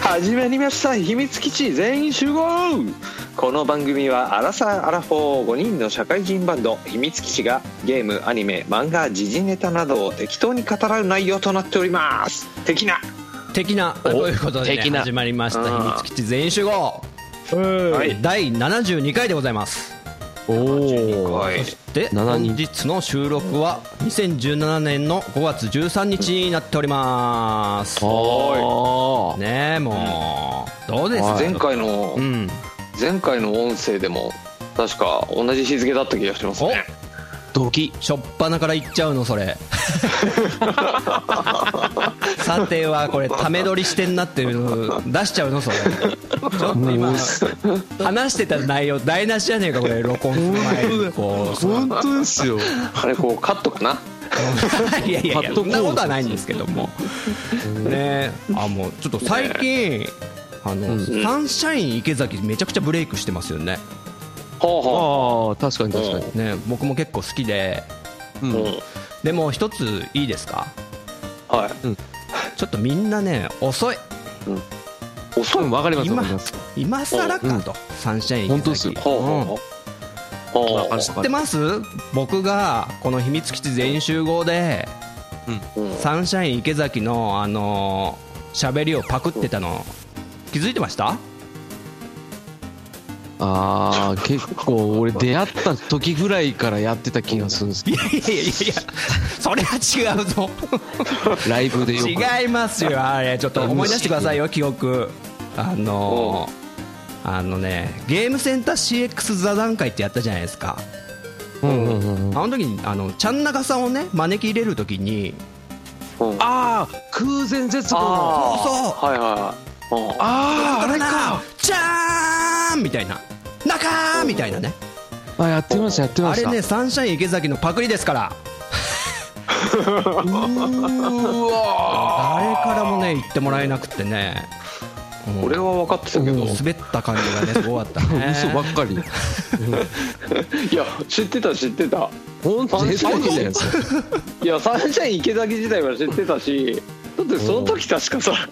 始まりました秘密基地全員集合この番組はアラサー・アラフォー5人の社会人バンド秘密基地がゲームアニメ漫画時事ネタなどを適当に語らう内容となっております的な的なおということで、ね、的な始まりましたうん秘密基地全員集合、はい第72回でございますおおはいで7本人日の収録は2017年の5月13日になっておりますおーねえもうどうですはい前回のうん前回の音声でも確か同じ日付だった気がしますねドキしょっぱなから言っちゃうのそれさてはこれため撮りしてんなっていうの出しちゃうのそれちょっと今話してた内容台無しじゃねえかこれ録音する前にこう本当ですよあれこうカットかないやいやい買やそっとこうんなことはないんですけどもねあもうちょっと最近あの、サンシャイン池崎めちゃくちゃブレイクしてますよねほうほああ確かに確かね僕も結構好きでにう、ううんんでも一ついいですかはちょっとみんなね遅いい遅いうんわかりますわ今かります今更かと、サンシャイン池崎本当っすよほうほうほうほうわかるわ知かってるます僕がこの秘密基地全員集合でうんサンシャイン池崎のあの喋りをパクってたの気づいてましたああ結構俺出会った時ぐらいからやってた気がするんですいやいやいやいやそれは違うぞライブでよく違いますよあれちょっと思い出してくださいよ記憶あのーあのねゲームセンター CX 座談会ってやったじゃないですかうんうんうんうんあの時にあのちゃん中さんをね招き入れる時にうんああ空前絶後のあーそうそうはいはいはいうんあああれかじゃーんみたいな中ーみたいなねあやってましたやってまあしれたねサンシャイン池崎のパクリです からうわ誰からもね言ってもらえなくってねうん俺は分かってたけど、い滑った感じがねすごかったーね 嘘ばっかりや知ってた知ってた本当絶対じゃないですかいやサンシャイン池崎自体は知ってたしだってその時確かさ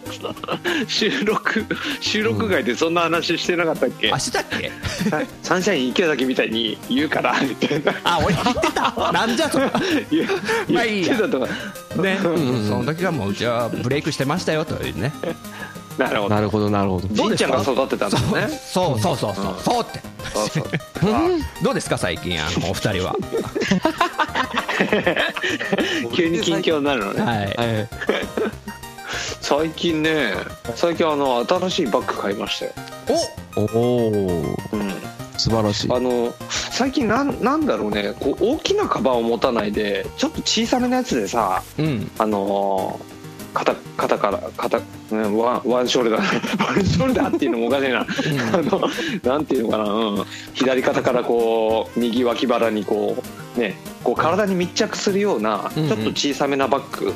収録収録外でそんな話してなかったっけ、あしてたっけサンサンシャイン池崎みたいに言うからみたいなあ俺言って たなんじゃそれ言うまあい言っいやてたとかね、その時はもううちはブレイクしてましたよというねなるほどなるほどなるほどどじうでいちすゃんがか育てたんだそうよねそうそうそうそうそうってそうそうどうですか最近あのお二人は急に近況になるのねはいはい最近ね最近あの新しいバッグ買いましたよ、おおおうん、素晴らしいあの最近なんなんだろうねこう大きなカバンを持たないでちょっと小さめのやつでさうんあのー肩肩から肩、うん、ワンワンショルダー ワンショルダーっていうのもおかしいな、あのなんていうのかな、うん、左肩からこう右脇腹にこうねこう体に密着するようなちうょんうっんと小さめなバッグ、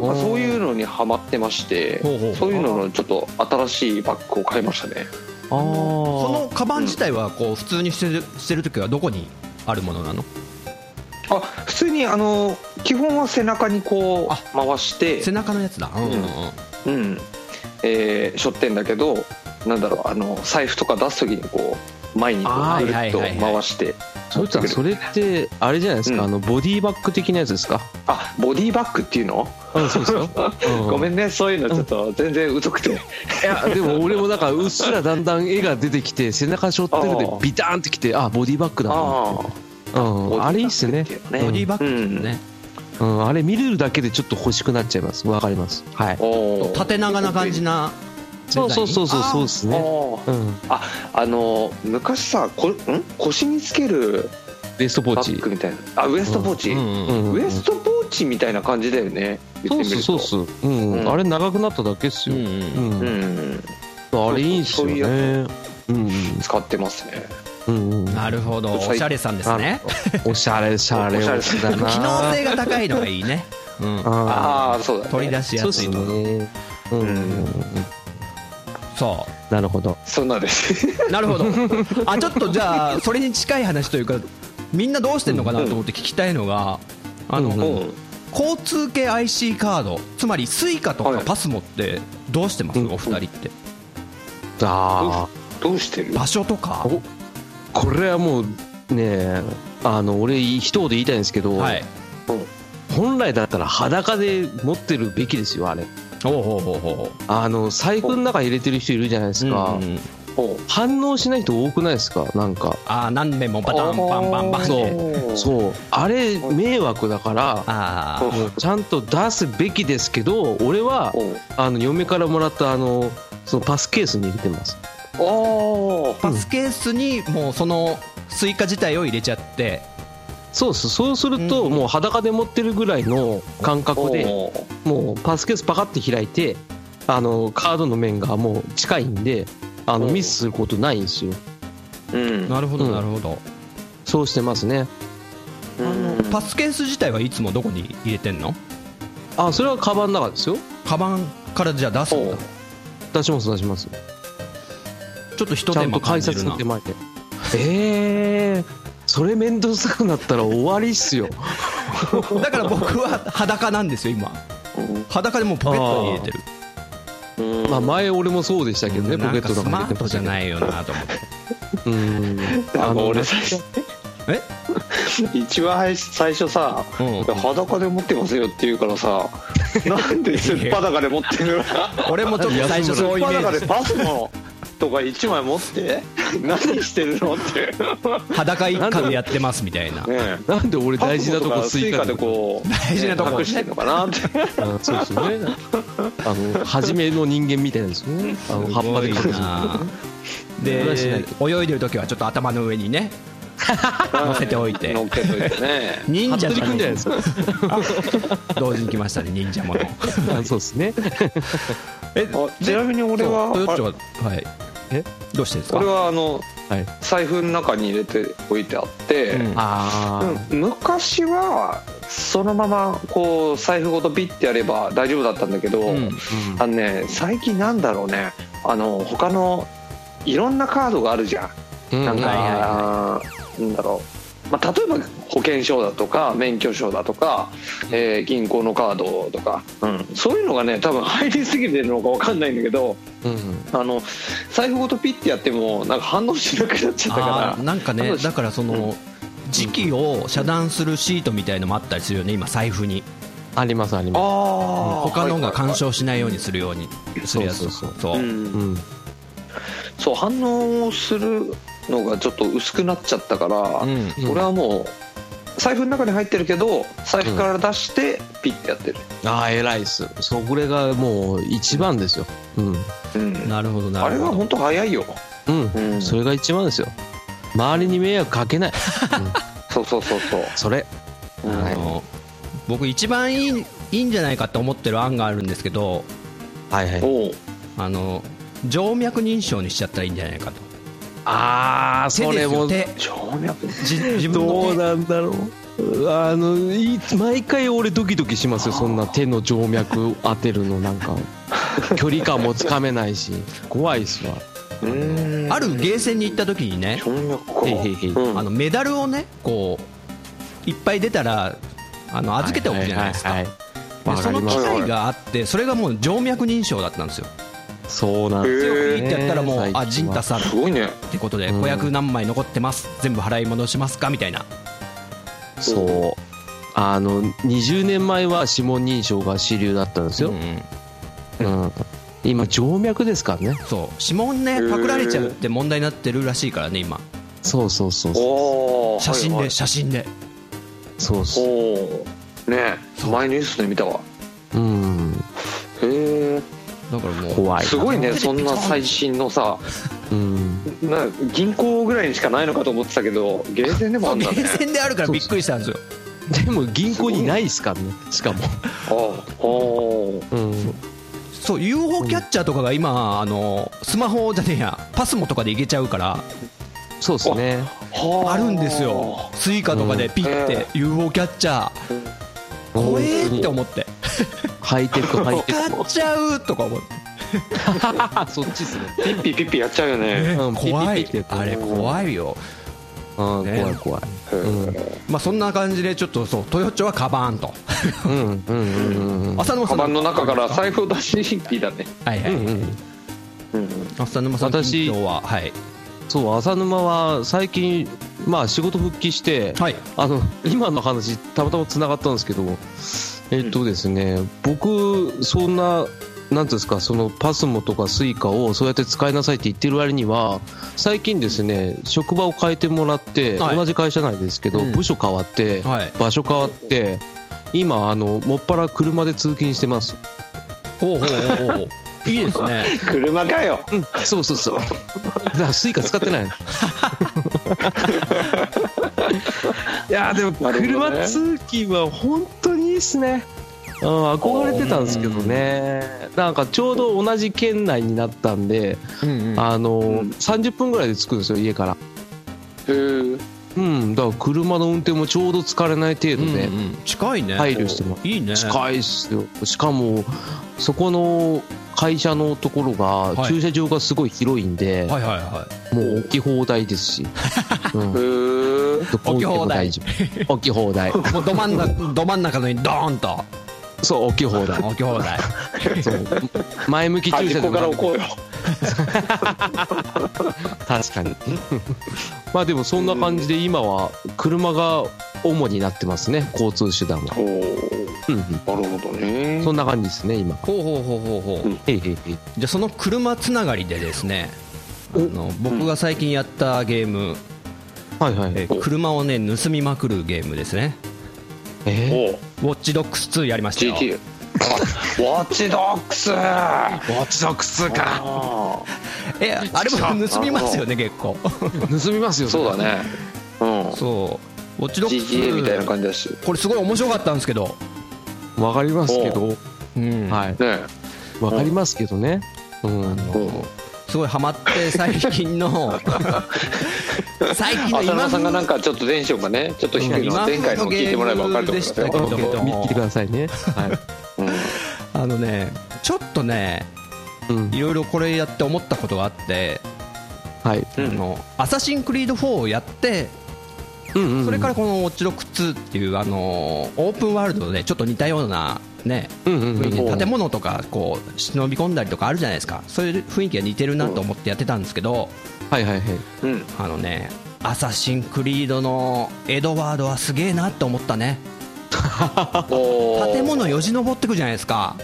なんかそういうのにハマってましてほうほうそういうののちょっと新しいバッグを買いましたねああそのカバン自体はこう普通にしてるしてる時はどこにあるものなのあ普通にあの基本は背中にこあう回して背中のやつだうんうんうんうんえー、しょってんだけどなんだろうあの財布とか出す時にこう前にこあうぐーるっとはいはいはい回してそういったらそれってあれじゃないですか、うんあのボディバッグ的なやつですかあボディバッグっていうの、うんそうですよ、ごめんんねそういうのちょっと全然疎くて、いやでも俺もなんかうっすらだんだん絵が出てきて背中しょってるあーでビターンってきてあボディバッグだなああうん、あれいいっすねボディバッグっていうのねボディバッグですね、うん、あれ見れるだけでちょっと欲しくなっちゃいますわかりますはいおー縦長な感じなそうそうそうそうそうですあねーうんあの昔さこん腰につけるベストポーバチッグみたいなあウエストポーチ、うんうんうんうんウエストポーチみたいな感じだよね言そっうてみそうるとそうそう、うんうんあれ長くなっただけっすうよ、んうんうんうんあれいいっすよねそううん使ってますねうんうんうんなるほどおしゃれさんですねおしゃれしゃれおしゃれだな機能性が高いのがいいね、うん、 あああそうだ、ね、取り出しーそやうですすいねのうん、うんそなるほどそんなんですうなるほどあちょっとじゃあそれに近い話というかみんなどうしてんのかなと思って聞きたいのがあの、うんうん交通系 IC カードつまりスイカとはかいパスモってどうしてます、うんお二人ってあどうしてる場所とかあおこれはもうねあの俺一言で言いたいんですけど、はい本来だったら裸で持ってるべきですよあれおうほうほうほあの財布の中入れてる人いるじゃないでう、すうんか、うんうんほ反応しない人多くないですかなんかああ何年もバうタンバンバンバンそでううそうあれ迷惑だからあほあうちゃんと出すべきですけど俺はほうあの嫁からもらったあのそのパスケースに入れてますあパスケースにもうそのスイカ自体を入れちゃってそうそうそうするうとんもう裸で持ってるぐらいの感あ覚でほうもうパスケースパカって開いてあのカードの面がもう近いんであのおうミスすることないんですようんなるほどうんなるほど、そうしてますねうんパスケース自体はいつもどこに入れてんのあそれはカバンの中ですよカバンからじゃあ出すんほだう出します出しますちょっと一ちゃ手ん間と感改じる札なの手前でええー、それ面倒くさくなったら終わりっすよだから僕は裸なんですよ今裸でもうポケットに入れてるうんまあ前俺もそうでしたけどねポケットとかなんか入スマれてートましじたゃけどないよなと思ってうんなんか俺最初え 一番最初さうん裸で持ってますよって言うから さなんですっぱだかで持ってる俺もちょっと最初 そういうイメー裸ジでパスもとか一枚持って何してるの って裸一貫でやってますみたいなねなんで俺え大事なとこスイカでこう大事なとこね隠してんのかな ってあそうですよね。あの初めの人間みたいなんですよね。あの葉っぱで隠すすごいなで俺はしないけ泳いでる時はちょっと頭の上にね 乗せておいて乗っけといてね忍者服部と君じゃないですか。同時に来ましたね忍者ものあ そうですね。えあちなみに俺はそうトヨッチあョははいえどうしてですか俺はあのはい。財布の中に入れておいてあって、うんあうん昔はそのままこう財布ごとピッてやれば大丈夫だったんだけど、うんあ。あのね最近なんだろうねあの他のいろんなカードがあるじゃん、うんなんはいはいかなんだろう、まあ、例えば保険証だとか免許証だとか、えー銀行のカードとか、うん、そういうのがね多分入りすぎてるのか分かんないんだけどうんあの財布ごとピッてやってもなんか反応しなくなっちゃったあかーらなんかあねのだからその時期を遮断するシートみたいのもあったりするよね今財布にありますありあまあ他のが干渉しないようにするようにするやつそうそうそううんす。うん。そう反応するのがちょっと薄くなっちゃったから、うんうん俺はもう財布の中に入ってるけど財布から出してピッてやってる、ああ偉いっす。そこれがもう一番ですよ。うんうんなるほどなあるれはほど本当早いよううんん。それが一番ですよ。周りに迷惑かけない。うんそうそうそうそう、それ。うんあの僕一番いいいいんじゃないかって思ってる案があるんですけどはいはい。おうあの静脈認証にしちゃったらいいんじゃないかとああ手でそすれよも手静脈じ自分どのう手なんだろうあのい毎回俺ドキドキしますよそんな手の静脈当てるのなんか 距離感もつかめないし怖いっすわうーんあるゲーセンに行った時にね静脈かへいへいへいうんあのメダルをねこういっぱい出たらあの預けておくじゃないですかはでいはいはいその機わかります械があってそれがもう静脈認証だったんですよそうなんですへよーピーってやったらもう最近はあ陣太さんっすごいねてことでうん500何枚残ってます全部払い戻しますかみたいなそうあの20年前は指紋認証が主流だったんですよう、んうん今静脈ですからねそう指紋ねーパクられちゃうって問題になってるらしいからね今そうそうそうそうおお写真はいはでい写真でそうそうおおねえそう前ニュースで見たわうんへえだからもう怖いなすごいねそんな最新のさうんな銀行ぐらいにしかないのかと思ってたけどゲーセンでもあそうんゲだねーセンであるからびっくりしたんですよでも銀行にないっすからねしかもああおうんそう UFO キャッチャーとかが今あのスマホじゃねえやパスモとかでいけちゃうからそうっすねはあるんですよスイカとかでピッて UFO キャッチャー怖えーって思ってハイテクハイテ買っちゃうとか思ってクそっちっすねピッピピッピやっちゃうよねねうん怖いピッピッピッてやってあれ怖いようん、ね怖い怖い。うんまあそんな感じでちょっとそう豊町はカバーンとうんうんうんうん。浅沼さカんバンの中から財布を出し引きだね、はいはうい、んうん。うん、浅沼さん私近況ははいそう浅沼は最近まあ仕事復帰して、はいあの今の話たまたまつながったんですけどえっとですね、僕そんななんていうんですかそのパスモとかスイカをそうやって使いなさいって言ってる割には最近ですね職場を変えてもらって、はい同じ会社なんですけど、うん部署変わって、はい場所変わって今あのもっぱら車で通勤してますほうほうほう ほういいですね車かようんそうそうそうだからスイカ使っ てないのいやでもなるほどね車通勤は本当にいいっすねうん憧れてたんですけどねなんかちょうど同じ県内になったんで、うんうんあのうん30分ぐらいで着くんですよ家からへーうんだから車の運転もちょうど疲れない程度で、うんうん近いね配慮してますいいね近いっすよしかもそこの会社のところがはい駐車場がすごい広いんで、はいはいはいもう置き放題です し、うんへ、ーどこ置いても大丈夫置き放題もうど真ん中 ど真ん中のにドーンとそう置き放題置き放題そう前向き駐端車っこからで置こうよ確かに まあでもそんな感じで今は車が主になってますね交通手段は、おおうんなるほどうんねそんな感じですね今ほうほうほうほうほうう、んへいへいへいじゃあその車つながりでですねあの僕が最近やったゲーム、はいはいえー車をね盗みまくるゲームですねえーおうウォッチドックス2やりましたよ GT あウォッチドックスあウォッチドックスあえあれも盗みますよね結構盗みますよそうだねうんそうウォッチドックス GTA みたいな感じだしねこれすごい面白かったんですけど、わかりますけどうんはいえわかりますけどねうんあうのんすごいハマって最 近の最近の浅今沼さんがなん風かちょっとテンションがねちょっと低いのはうん前回のを聞いてもらえば分かると思いますよ今のゲームでしたけど見てくださいねはあのねちょっとねい、うんいろいろこれやって思ったことがあって、はいうんあのアサシンクリード4をやってうんうんうんそれからこの「ウォッチロック2」っていうあのオープンワールドでちょっと似たようなねうんうんうん雰囲気うでん建物とかこう忍び込んだりとかあるじゃないですかそういう雰囲気が似てるなと思ってやってたんですけどはいはいはいうんうんあのねアサシンクリードのエドワードはすげえなって思ったねおー建物よじ登ってくじゃないですか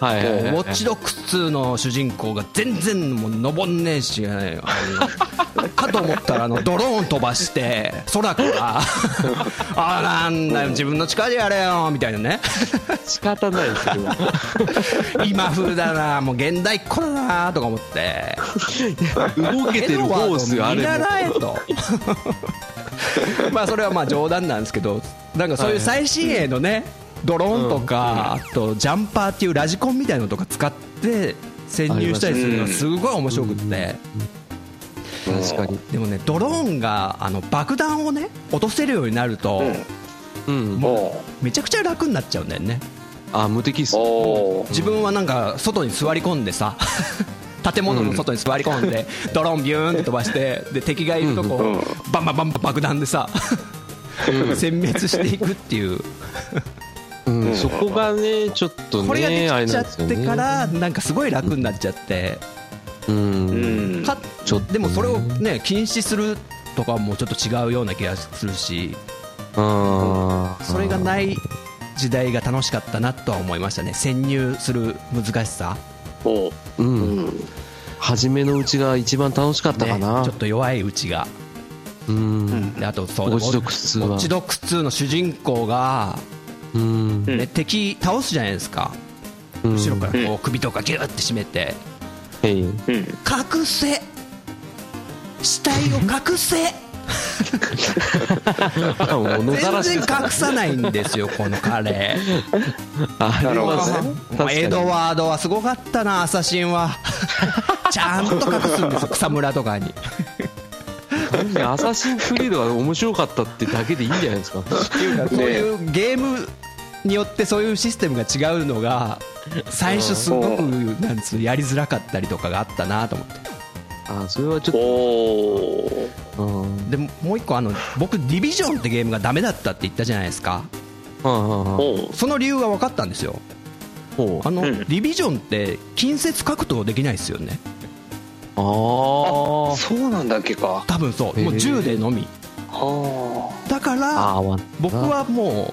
はいウはいはいォッチドック2の主人公が全然もう登んねえし、あの かと思ったらあのドローン飛ばして空から あなんだよ自分の力でやれよみたいなね仕方ない ですけど今風だなもう現代っ子だなとか思って動けてるエドホワースードあ見れも習えとまあそれはまあ冗談なんですけどなんかそういう最新鋭のねドローンとかあとジャンパーっていうラジコンみたいのとか使って潜入したりするのがすごい面白くって確かにでもねドローンがあの爆弾をね落とせるようになるとうんおめちゃくちゃ楽になっちゃうんだよねあ無敵っすーねおー自分はなんか外に座り込んでさ建物の外に座り込んで、ドローンビューンって飛ばしてで敵がいるとこ、うんうんバンバンバンバン爆弾でさ、殲滅していくっていううん、そこがねちょっとねこれがあでれきちなゃんですっよてかねらなんかすごい楽になっちゃって、うん、うんかちょっとねでもそれをね禁止するとかもちょっと違うような気がするしあーそれがない時代が楽しかったなとは思いましたね潜入する難しさ、おーうん、うん初めのうちが一番楽しかったね、かな、ちょっと弱いうちが。うん、うんであとそうウォッチドッグス2はウォッチドッグス2の主人公が、うんねうん敵倒すじゃないですか、後ろからこう首とかギューって締めて、へういん隠せ死体を隠せあもう野ざ全らし然です隠さないんです よこの彼あれなるほはどねね確もうかにエドワードはすごかったなアサシン はちゃんと隠すんですよ草むらとかに単にアサシンクリードが面白かったってだけでいいんじゃないで すかそういうゲームによってそういうシステムが違うのが最初すごくなんつうのやりづらかったりとかがあったなと思ってあそれはちょっとおーうんはいでもう一個あの僕ディビジョンってゲームがダメだったって言ったじゃないですかはいはいおうその理由が分かったんですよほうあの、うんディビジョンって近接格闘できないですよねあそうなんだっけか多分そうもへうえ銃でのみはだかああらあわ僕はも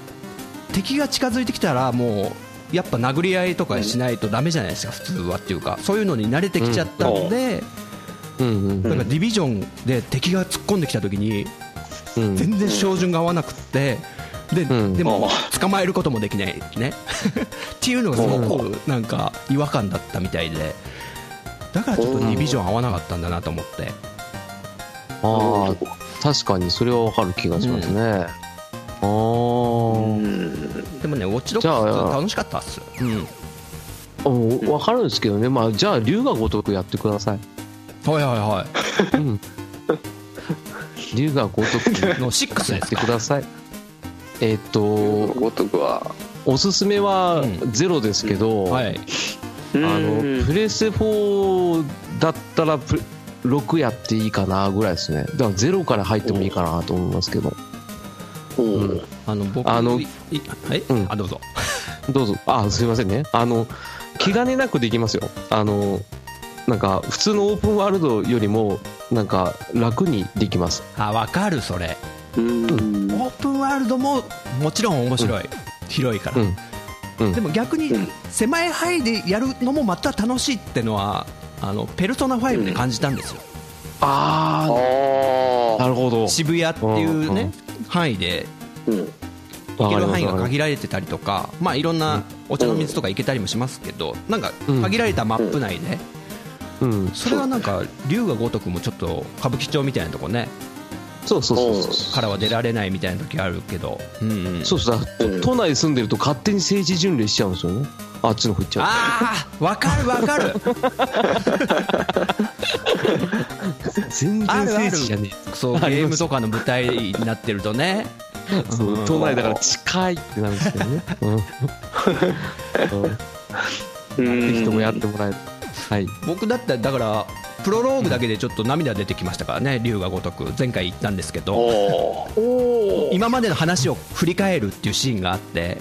う敵が近づいてきたらもうやっぱ殴り合いとかしないとダメじゃないですか普通はっていうかそういうのに慣れてきちゃったので、うんうんなんかディビジョンで敵が突っ込んできた時にうん全然照準が合わなくってでうんでもあ捕まえることもできないね っていうのがすごくなんか違和感だったみたいでだからちょっとディビジョン合わなかったんだなと思ってあああ確かにそれはわかる気がしますね、ああうんでもねウォッチドッじゃグあ楽しかったっすうんおわかるんですけどねまあじゃあ龍が如くやってくだ さいはいはいはいうん龍が如く の6やでっすてかくださいえっとごとくはおすすめはうんゼロですけど、はいああのプレステ4だったらプレ6やっていいかなぐらいですねだからゼロから入ってもいいかなと思いますけどうんあの僕あのいいはい、うんあどうぞどうぞあすいませんねあの気兼ねなくできますよあのなんか普通のオープンワールドよりもなんか楽にできますあわかるそれうんオープンワールドももちろん面白い、広いから、うんうんでも逆にうん狭い範囲でやるのもまた楽しいってのはあのペルソナ5で感じたんですよ、あああなあるほど渋谷っていうね、範囲でうん行けるわか範り囲ますが限られてたりとか、まあ、いろんなお茶の水とか行けたりもしますけどなんかうん限られたマップ内でうんそれはなんか龍が如くもちょっと歌舞伎町みたいなとこねそうそうそうそうからは出られないみたいな時あるけど、うんうん、そうそうだからうん都内住んでると勝手に政治巡礼しちゃうんですよねあっちの方行っちゃうああわかるわか る全然あるある政治じゃねそうゲームとかの舞台になってるとねえそう都内だから近いってなるんですけどね ううんうんんぜひともやってもらえるはい僕だったらだからプロローグだけでちょっと涙出てきましたからね龍が如く前回言ったんですけどおーおー今までの話を振り返るっていうシーンがあって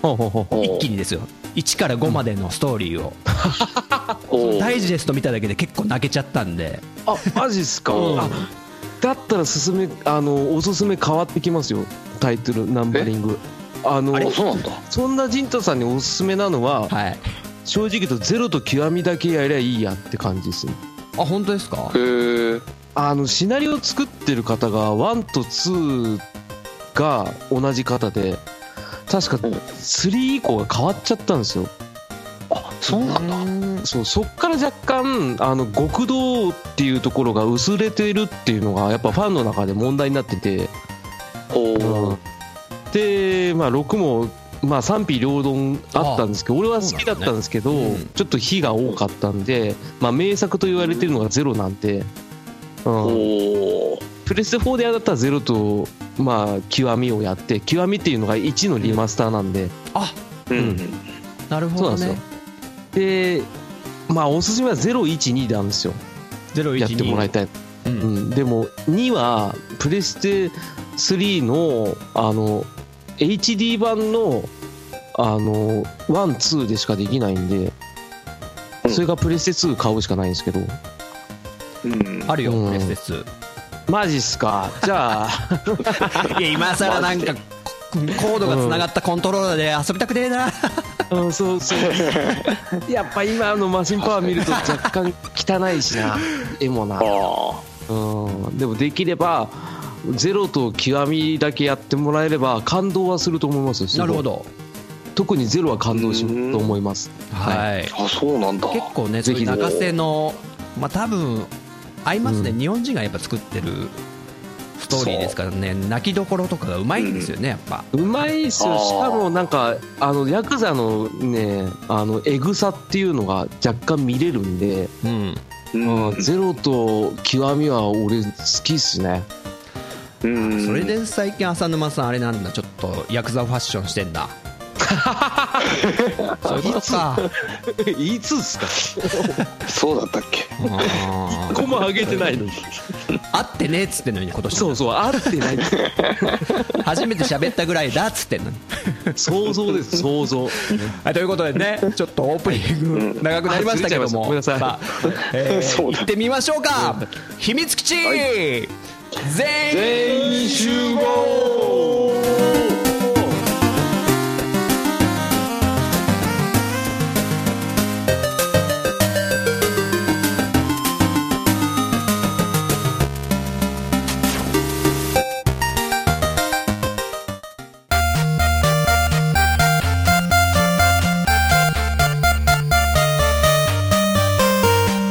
ほうほうほうほうおー一気にですよ1から5までのストーリーをおーダイジェスト見ただけで結構泣けちゃったんであマジっすか、うんあだったらすすめあのおすすめ変わってきますよタイトルナンバリングあのあれそうなんだそんな陣太さんにおすすめなのは、はい正直言うとゼロと極みだけやりゃいいやって感じですねあ本当ですかへえあのシナリオを作ってる方が1と2が同じ方で確かうん3以降が変わっちゃったんですよあそうなんだそうそっから若干あの極道っていうところが薄れてるっていうのがやっぱファンの中で問題になってて、おーで、まあ、6も、まあ、賛否両論あったんですけど俺は好きだったんですけどそうなんですねうんちょっと火が多かったんで、まあ、名作と言われてるのがゼロなんで、うん、おープレステ4でやったらゼロと、まあ、極みをやって極みっていうのが1のリマスターなんで、あうんなるほそうなどんですよねでまあおすすめは012なんですよ012やってもらいたいうんうん、でも2はプレステ3のあの HD 版のあの12でしかできないんでうんそれがプレステ2買うしかないんですけどうんあるようんプレステ2マジっすかじゃ あいや今更なんか コードがつながったコントローラーで遊びたくねえなうんそうそうやっぱ今のマシンパワー見ると若干汚いしな絵もなあうんでもできればゼロと極みだけやってもらえれば感動はすると思いますよすごないるほど特にゼロは感動しと思いますはいはいああそうなんだ結構ね、そぜういひうぜひ中瀬の、まあ多分合いますね、う日本人がやっぱ作ってるストーリーですからね、泣きどころとかがうまいんですよね、やっぱ。うまいっすあよーしかもなんかあのヤクザのねあのエグさっていうのが若干見れるんで、うん、うんゼロと極みは俺好きっすねうん それで最近、浅沼さん、あれなんだ、ちょっとヤクザファッションしてんだ。そういうことか いつっすかそうだったっけあコマ上げてないのに会ってねっつってんのに今年そうそう合ってないです初めて喋ったぐらいだっつってんのに想像です想像はい、ということで ね、ちょっとオープニング長くなりましたけども、あずれちゃいましたごめんなささあいえーそうだ行ってみましょうか。秘密基地、全員全員集合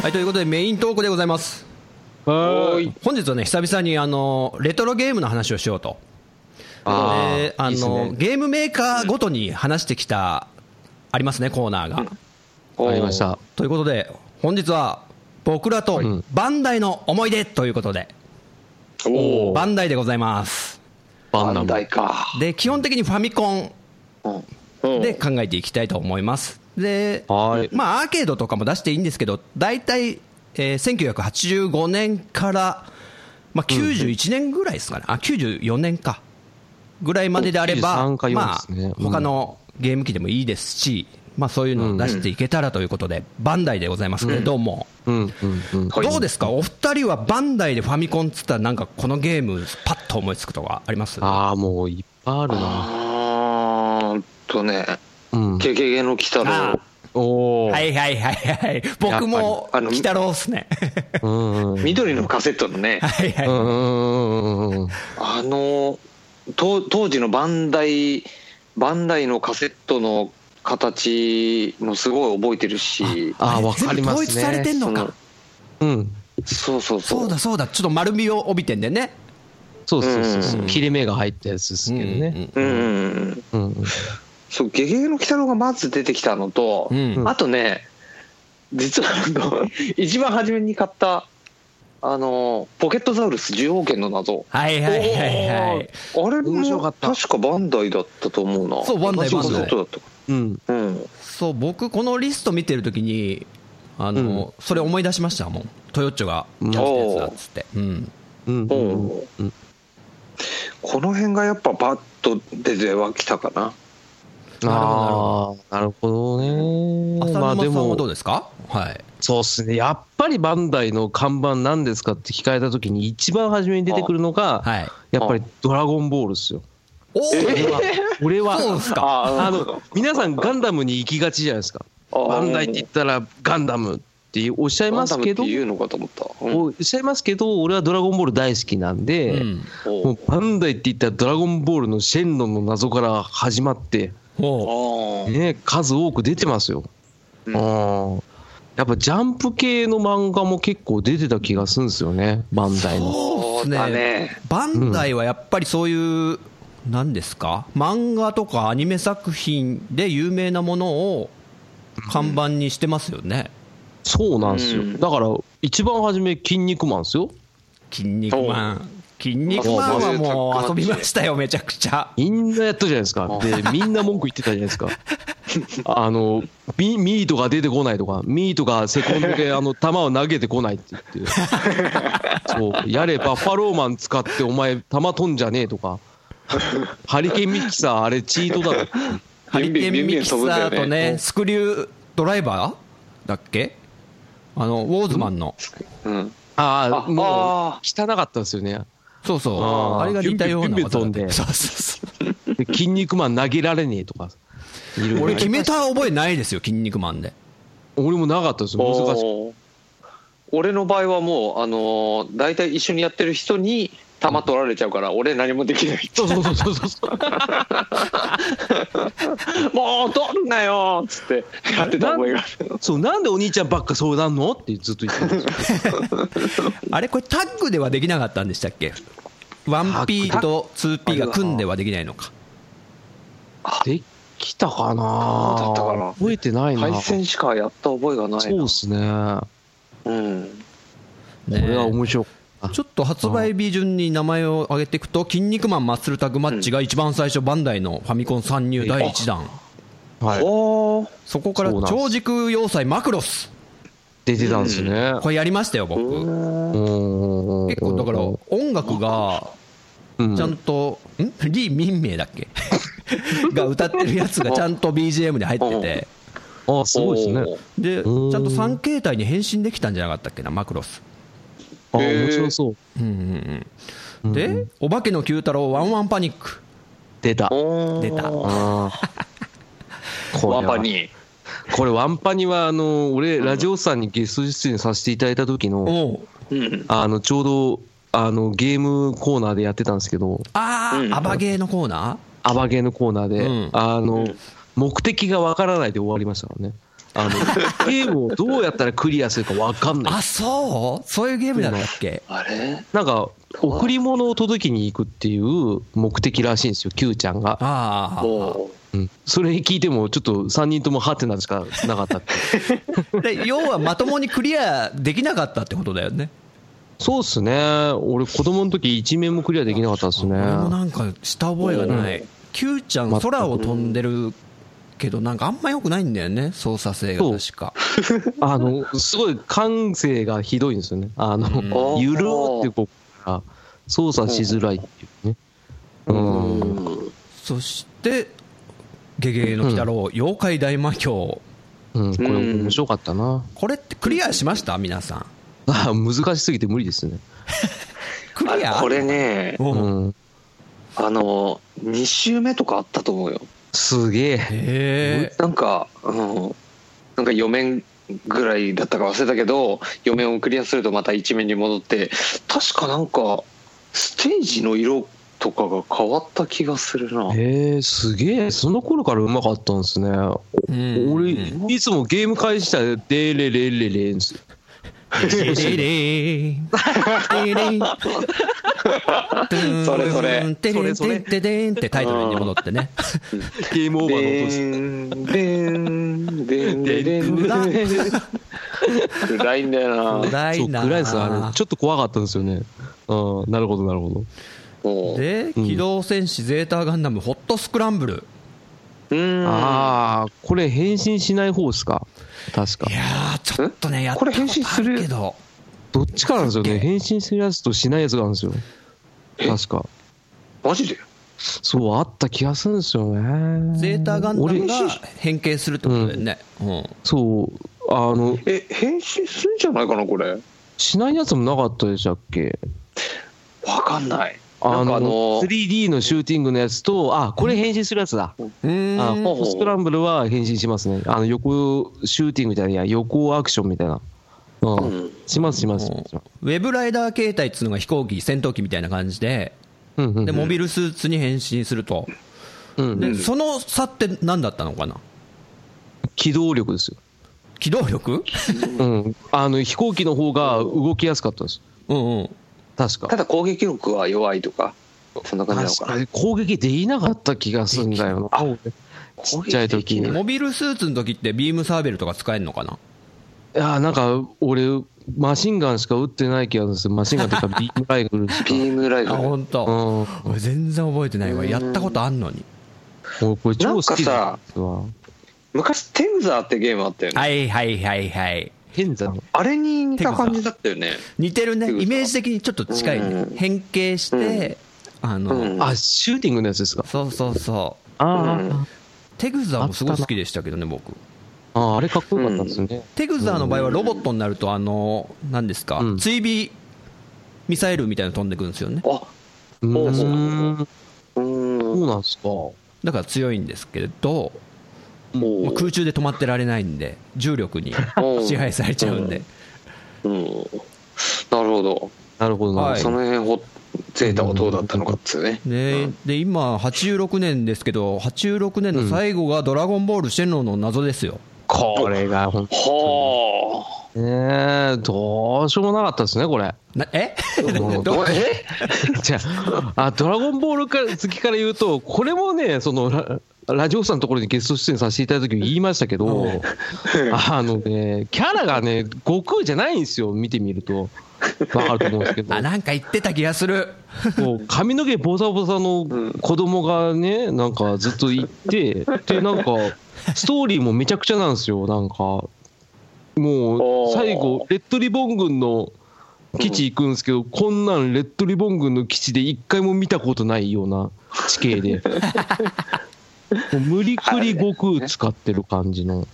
はい、ということでメイントークでございます。おはーいい本日はね、久々にあの、レトロゲームの話をしようと。であいいっすのねゲームメーカーごとに話してきた、ありますね、コーナーが。おーありましたということで、本日は、僕らとんバンダイの思い出ということで、おーバンダイでございます。バンバダンムダイかで、基本的にファミコンうんで考えていきたいと思います。で、はいまあ、アーケードとかも出していいんですけど、大体、えー1985年から、まあ、91年ぐらいですかね、あ94年か、ぐらいまでであれば、 93か4まであすねうん他のゲーム機でもいいですし、まあ、そういうのを出していけたらということで、バンダイでございますけれども、うんうんうんはいどうですか、お二人はバンダイでファミコンっつったら、なんかこのゲーム、パッと思いつくとかありますああもういっぱいあるなあーっとねうん「ゲゲゲの鬼太郎あ」おおはいはいはいはい、僕も、やっぱりあの鬼太郎っすね。 うんうんうん緑のカセットのねはいはいうんうんうんうんうんあのと当時のバンダイバンダイのカセットの形もすごい覚えてるしああわかります全部統ね一されてんのか。うんそうそうそうそうだそうだ、ちょっと丸みを帯びてんでね。そうそうそうそううん切れ目が入ったやつですけどねうんうんうんうんうんそう「ゲゲゲの鬼太郎」がまず出てきたのと、うん。うん。あとね実はあの 一番初めに買ったあのポケットザウルス10王権の謎はいはいはいはい。あれ面白かもった確かバンダイだったと思うなそうバンダイ同じバンダイカセットだったうんうんそう、僕、このリスト見てるときに、あの、それ思い出しましたもん。トヨッチョがやってたやつだっつって。うん。うんううんんうんこの辺がやっぱバッと出てはきたかなああなるほどね浅まあ沼でさんはどもうですかはい。そうっすねやっぱりバンダイの看板何ですかって聞かれた時に一番初めに出てくるのがはい。やっぱり「ドラゴンボール」っすよおー俺はそうですか。ああの皆さんガンダムに行きがちじゃないですかバンダイって言ったらガンダムっておっしゃいバまンダすムっけてど言うのかと思った、うんおっしゃいますけど俺は「ドラゴンボール」大好きなんうで、ん。もうバンダイって言ったら「ドラゴンボール」のシェンロンの謎から始まって、おーおーね、数多く出てますよ、ううんん、やっぱジャンプ系の漫画も結構出てた気がするんですよねバンダイのそうっすそうだねね。バンダイはやっぱりそういう、なんですか漫画とかアニメ作品で有名なものを看板にしてますよね。そうなんですよ、うんだから一番初め「筋肉マン」ですよ筋肉マン。筋肉マンはもう遊びましたよ、めちゃくちゃ。みんなやったじゃないですか。で、みんな文句言ってたじゃない ですか。あの、ミミートが出てこないとか、ミートがセコンドであの、球を投げてこないって言って。そう、やればファローマン使ってお前、球飛んじゃねえとか。ハリケーンミキサーあれチートだと。ハリケビュンビューンミキサーとンビュンビュン飛ぶんだよね、スクリュードライバーだっけあの、ウォーズマンの。うんあああ、もうあ汚かったですよね。そうそう。あーあれが似たようなビュンビ技ュンビュンだ飛んったでそうそうそ。で筋肉マン投げられねえとか。いろいうろ俺決めた覚えないですよ、筋肉マンで。俺もなかったですよ。難しい。おー俺の場合はもうあのー大体一緒にやってる人に弾取られちゃうから俺何もできないそうそうそうそうそう。もう取るなよっつってやってた覚えがあるそう、なんでお兄ちゃんばっかそうなんのってずっと言ってたんですよ。あれ、これタッグではできなかったんでしたっけ ?1P と 2P が組んではできないのか。できたかなどうだったかな覚えてないな。対戦しかやった覚えがないなそうっすね。こうんねれは面白い。あちょっと発売日順に名前を挙げていくと、筋肉マンマッスルタグマッチが一番最初、バンダイのファミコン参入第1弾。はい、おーそこからそうなんです超軸要塞マクロス出てたんですね。これやりましたよ僕うーんうん結構だから音楽がうんちゃんと、ん李民明だっけ が歌ってるやつがちゃんと BGM で入っててあすごいですね。でちゃうんんと3形態に変身できたんじゃなかったっけなマクロスあへー面白そう。うんうんうんで「お化けの Q 太郎ワンワンパニック出た。おー出たあ ーこれはワパニこれワンパニはあの俺ラジオさんにゲスト出演させていただいた時」のおううんあのちょうどあのゲームコーナーでやってたんですけどあー、うんアバゲーのコーナアバゲーのコーナーで、うんあの、うん目的がわからないで終わりましたからねあ のゲームをどうやったらクリアするかわかーんないあそうそういうゲームだったっけあれなんか贈り物を届けに行くっていう目的らしいんですよ Q ちゃんが、あおうんそれ聞いてもちょっと3人ともハテナしかなかったってあで要はまともにクリアできなかったってことだよね そうっすね俺子供の時一面もクリアできなかったですね俺もなんかした覚えがなうい Q ちゃん空を飛んでるけどなんかあんま良くないんだよね操作性そがう確かあの、すごい感性がひどいんですよね。あの、うんゆるーってこうから操作しづらいっていうね。うん。ーそして「ゲゲゲの鬼太郎、妖怪大魔教うん、これ面白かったな」。これってクリアしました皆さんあ難しすぎて無理ですね。クリアあこれねおう。うんあの2周目とかあったと思うよすげえ。へえなんか、うん、なんか4面ぐらいだったか忘れたけど4面をクリアするとまた1面に戻って確かなんかステージの色とかが変わった気がするなへえ、すげえ。その頃からうまかったんですね。うん俺、うんいつもゲーム開始したら、デレレレレンス。デレレンデレンそれそれデレンそれそれデレンってタイトルに戻ってねゲームオーバーの音です。でんでんでんでんでん暗でん暗いんだよな暗 そ、いうな暗いです。あれ、ちょっと怖かったんですよね。うん、なるほど、なるほど。もうで「機動戦士ゼータガンダムホットスクランブルうんああ、これ変身しない方ですか確」かい。やーちょっとねやったこれこ変身とあするるけどどっちかなんですよね。変身するやつとしないやつがあるんですよ。え確か。マジでそう、あった気がするんですよね。ゼータガンダム俺が変形するってことだよね、うんそう、あの、え変身するんじゃないかなこれしないやつもなかったでしたっけわかんないなあんかの、あの 3D のシューティングのやつと、あ、これ変身するやつだ。うんあほうほうスクランブルは変身しますね。あの、横シューティングみたいな、いや、横アクションみたいな。ううんん。します、します。ウェブライダー形態っつうのが飛行機戦闘機みたいな感じでうんうんでモビルスーツに変身すると、うん。でその差って何だったのかな機動力ですよ。機動力うん、あの飛行機の方が動きやすかったです、うんうん確たか。だ攻撃力は弱いとかそんな感じなの確かなかに攻撃できなかった気がするんだよな。ちっちゃい時に。モビルスーツの時ってビームサーベルとか使えるのかないや、なんか俺、マシンガンしか撃ってない気がするんですよマシンガン というかビームライフルしか。ビームライフあル本当。うん、俺全然覚えてないわやったことあんのに俺これ超好きなだんか昔テンザーってゲームあったよね、はいはいはいはい変だな。あれに似た感じだったよね似てるねっていうかイメージ的にちょっと近いねうん変形して、あの、うんあ、シューティングのやつですか。そうそうそうあうんーテグザもすごい好きでしたけどね僕あー、あれかっこよかったですね。テグザーの場合はロボットになるとあの何ですか、うん追尾ミサイルみたいなの飛んでくるんですよねあうん、ほうほううそーんうなんですか。だから強いんですけれど、もまあ空中で止まってられないんで重力 におう支配されちゃうんでうんなるほど、なるほどなるほど、はいその辺ほゼータはどうだったのかっつうねねで今86年ですけど86年の最後が「ドラゴンボールシェンロンの謎」ですよこれが本は当ねえどうしようもなかったですね、これ。なえんあ どえ じゃあ、あドラゴンボールから好きから言うと、これもね、そのララジオさんのところにゲスト出演させていただいた時に言いましたけど、うんあのね、キャラがね、悟空じゃないんですよ、見てみると。わかると思うんですけ どあ、なんか言ってた気がするこう髪の毛ボサボサの子供がね、なんかずっと行って、で、なんか、ストーリーもめちゃくちゃなんですよ、なんか。もおーう、最後、レッドリボン軍の基地行くんですけど、こんなんレッドリボン軍の基地で一回も見たことないような地形で。もう無理くり悟空使ってる感じの。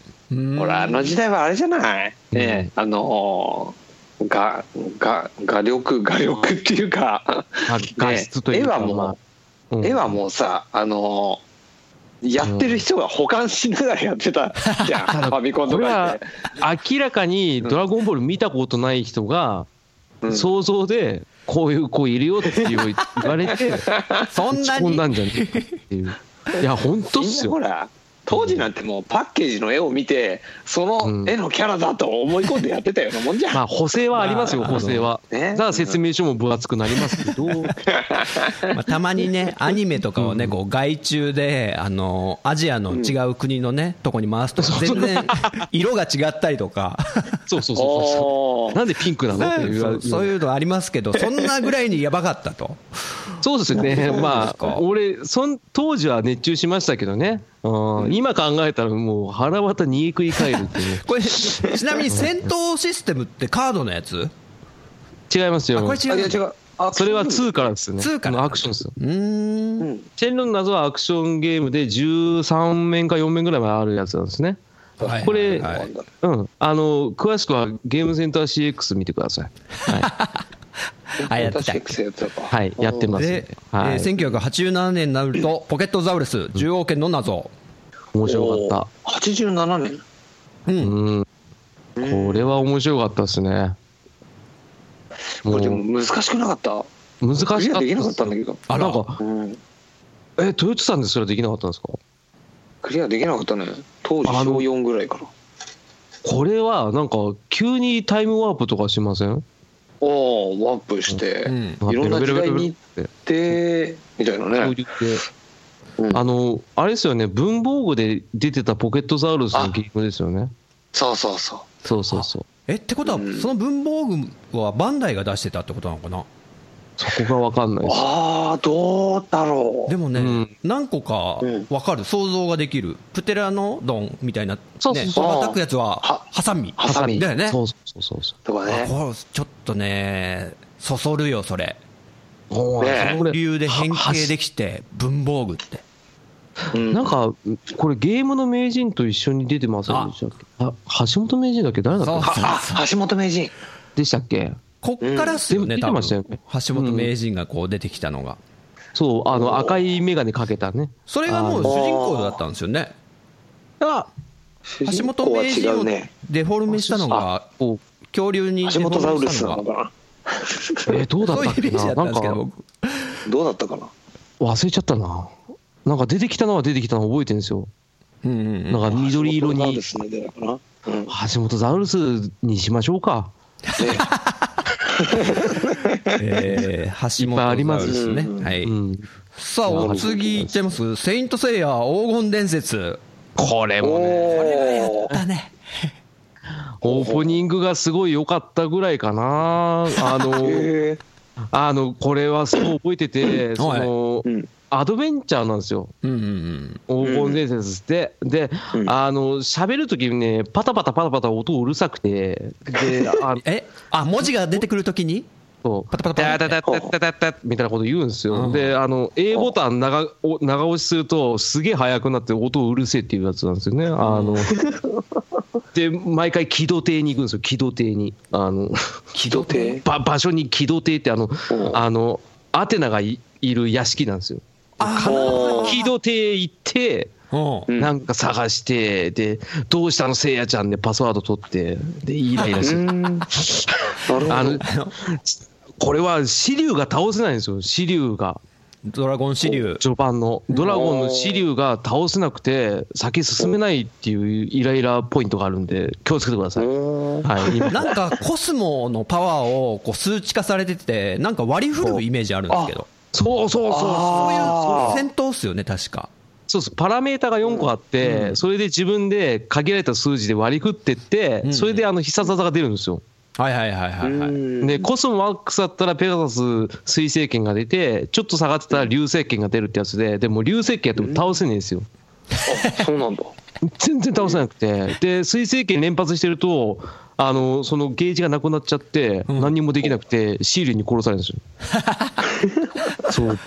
ほらあの時代はあれじゃないねえあのーがが画力画力っていうか、あ画質というか、絵はもうまあうん絵はもうさあのーやってる人が保管しながらやってたじ ゃん、ファミコンとこれかはで、明らかに「ドラゴンボール」見たことない人がうん想像でこういう子いるよっていう言われて打そんちな込んにだんじゃねえかっていういや本当っみんすなほよら当時なんてもうパッケージの絵を見てその絵のキャラだと思 い込んでやってたようなもんじゃん、まあ補正はありますよまあ補正はねただ説明書も分厚くなりますけどまあ、たまにね、アニメとかをね、こう外注で、あのアジアの違う国のね、とこに回すと、全然色が違ったりとか、そうそうそうそおうーなんでピンクなのっていそううそういうのありますけど、そんなぐらいにやばかったと。そうですね、まかあ、俺そん、当時は熱中しましたけどね、うん今考えたら、もう腹渡煮え食い返るっていう、これ、ちなみに戦闘システムってカードのやつ違いますあよ、これ違あいうんやだ違うあそれはそう2からですね、 2からアクションですよ。うーんうんチェンロンの謎はアクションゲームで13面か4面ぐらいまであるやつなんですね。はいこれ、はいはいうん、あの詳しくはゲームセンター CX 見てください。 はあやってた私 Excel とかい、はい、やってますんでで、、はいえー1987年になると、ポケットザウルス、獣王拳の謎、面白かっおー87年うんた。うん、これは面白かったですね。もこれでうも難しくなかった難しかっクリアたできでなかっすたんだけど、あらなんかうん、えトヨタさんですらできなかったんですかクリアできなかったね当時あ小の4ぐらいからこれはなんか急にタイムワープとかしませんおおワープして、うんいろんな時代に行ってでみたいな恐ね竜でうんあの、あれですよね、文房具で出てたポケットザウルスのゲームですよね。そうそうそそうそうそう。えってことは、うんその文房具はバンダイが出してたってことなのかな、そこがわかんないうです。ああどうだろうでもね、うん何個かうん分かる、想像ができる、プテラノドンみたいな、ね、そうそうそう羽ばたくやつは、はハサミ、ハサミだよね、そうそうそうそう。とかあねこれちょっとね、そそるよ、それ、おーねえこれ理由で変は形できて、文房具って、うんなんか、これゲームの名人と一緒に出てませんでしたっけあ、橋本名人だっけ誰だったそうああ橋本名人でしたっけこっからっすよね、うん多でも分出てましたよね橋本名人がこう出てきたのが、そう、あの、赤い眼鏡かけたね。それがもう主人公だったんですよね。あ主橋人本公は名違人うをねデフォルメしたのが、こう恐竜に橋本ザウルスながのかえーどうだっそういうたっイメけージだっなたなんんですけど、か、僕などうだったかな忘れちゃったな。なんか出てきたのは出てきたの覚えてるんですよ。うんうんうんなんか緑色に橋本ザウルスの出たかなうん橋本ザウルスにしましょうか。えー、橋本いっぱいありザまウすルスね。うんはい。うん。さあ、お次いっちゃいます。セイントセイヤ黄金伝説。これもね。おおだね。オープニングがすごい良かったぐらい かな。あの、へえあの、これはすごい覚えてて、そのうん、アドベンチャーなんですよ。うんうんうん。黄金伝説って。でう、んあの、喋るときにね、パタパタパタパタ音うるさくて、 で、あのえあ、文字が出てくるときにそうパタパタパタタタタタタタタみたいなこと言うんですうよ。んで、あの、A ボタン長お長押しすると、すげえ速くなって音うるせえっていうやつなんですよね。あの、で、毎回機動艇に行くんですよ、機動艇に。あの、木戸亭ば場所に機動艇ってあのうんあのアテナがいいる屋敷なんですよ。おー機動艇行ってうんうんなんか探してでどうしたのせいやちゃんでパスワード取ってでイライラうする。んなるほどあのこれは支流が倒せないんですよ支流がドラゴンシリュウ。序盤のドラゴンの支流が倒せなくて先進めないっていうイライラポイントがあるんで気をつけてください。おー はい、今なんかコスモのパワーをこう数値化されてて、なんか割り振るイメージあるんですけど、そうそうそうそうあー戦闘っすよね、確か。そうそうパラメータが4個あって、それで自分で限られた数字で割り食ってって、うんそれであの必殺技が出るんですよ。はいはいはいはいはい。うんでコスモマックスだったらペガサス水星剣が出てちょっと下がってたら流星剣が出るってやつででも流星剣やっても倒せねえですよ。あそうなんだ全然倒せなくて、で、水星剣連発してると、あのそのゲージがなくなっちゃって、ん何にもできなくて、シールに殺されるんです よ。そう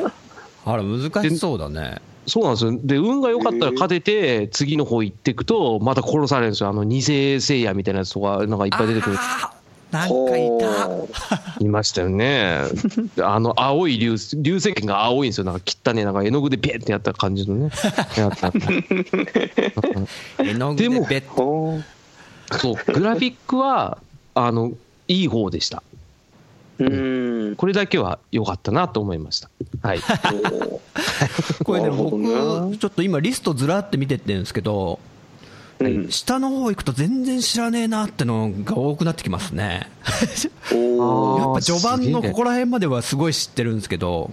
あれ難しそうだねそうなんですよ。で、運が良かったら勝てて、次の方行っていくと、また殺されるんですよ。あの、偽聖夜みたいなやつとか、なんかいっぱい出てくる。あーなんかいほたういましたよね。で あの、青い流、流星拳が青いんですよ。なんか切ったね、なんか絵の具でビェってやった感じ のね。やった。絵の具ででもベッほそう、グラフィックは、あの、いい方でした。ううんこれだけは良かったなと思いました。 はい。これねなるほど僕なちょっと今リストずらって見てってるんですけどうん下の方行くと全然知らねえなってのが多くなってきますねおあーーやっぱ序盤のすげえここら辺まではすごい知ってるんですけど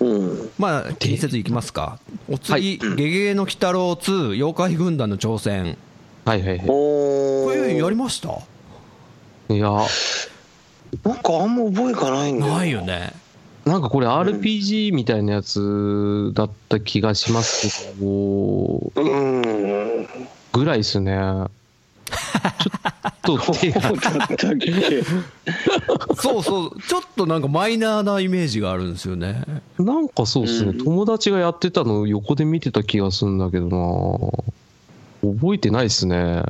うんまあ気にせずいきますかお次「ゲゲゲの鬼太郎2妖怪軍団の挑戦はいはいはお」おこれやりましたい。いや、なんかあんま覚えがないんだないよねなんかこれ RPG みたいなやつだった気がしますけど、うんぐらいですね。ちょっと手がそうだったっけそうそうちょっとなんかマイナーなイメージがあるんですよね なんかそうですね、うん友達がやってたのを横で見てた気がするんだけどな覚えてないですね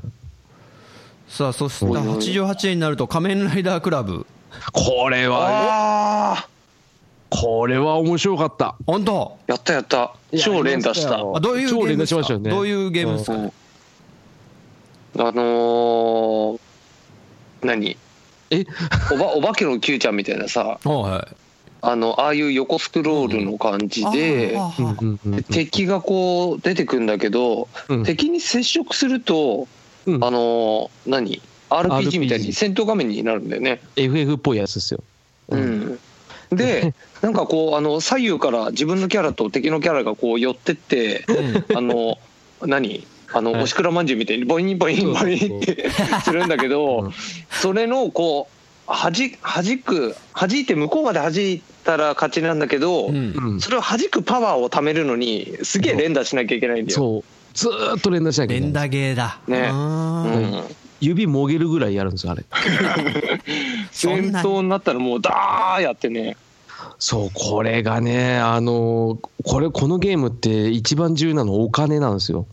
さあそして88円になると「仮面ライダークラブこれはああこれは面白かった」本当やったやった超連打したあどういうゲ超ーム連で打すしかましたよねどういうゲームですかうんあのー、何えおばお化けの Q ちゃんみたいなさはいはいあのああいう横スクロールの感じで、あうんあうんうんで敵がこう出てくんだけど、うん敵に接触すると、うんあのー何 RPG RPG みたいに戦闘画面になるんだよね。 FF っぽいやつですよううんん でなんかこうあの左右から自分のキャラと敵のキャラがこう寄って ってあの何あの、はいおしくらまんじゅうみたいにボインボインボインって するんだけうどんそれのこうはじ弾く弾いて向こうまで弾いたら勝ちなんだけど、うんうんそれを弾くパワーを貯めるのにすげえ連打しなきゃいけないんだよ。そうずーっと連打しなきゃいけ連ない打ゲーだねあうーん指もげるぐらいやるんですよあれそん戦な闘になったらもうダーやってねそうこれがねあのこれこのゲームって一番重要なのお金なんですよ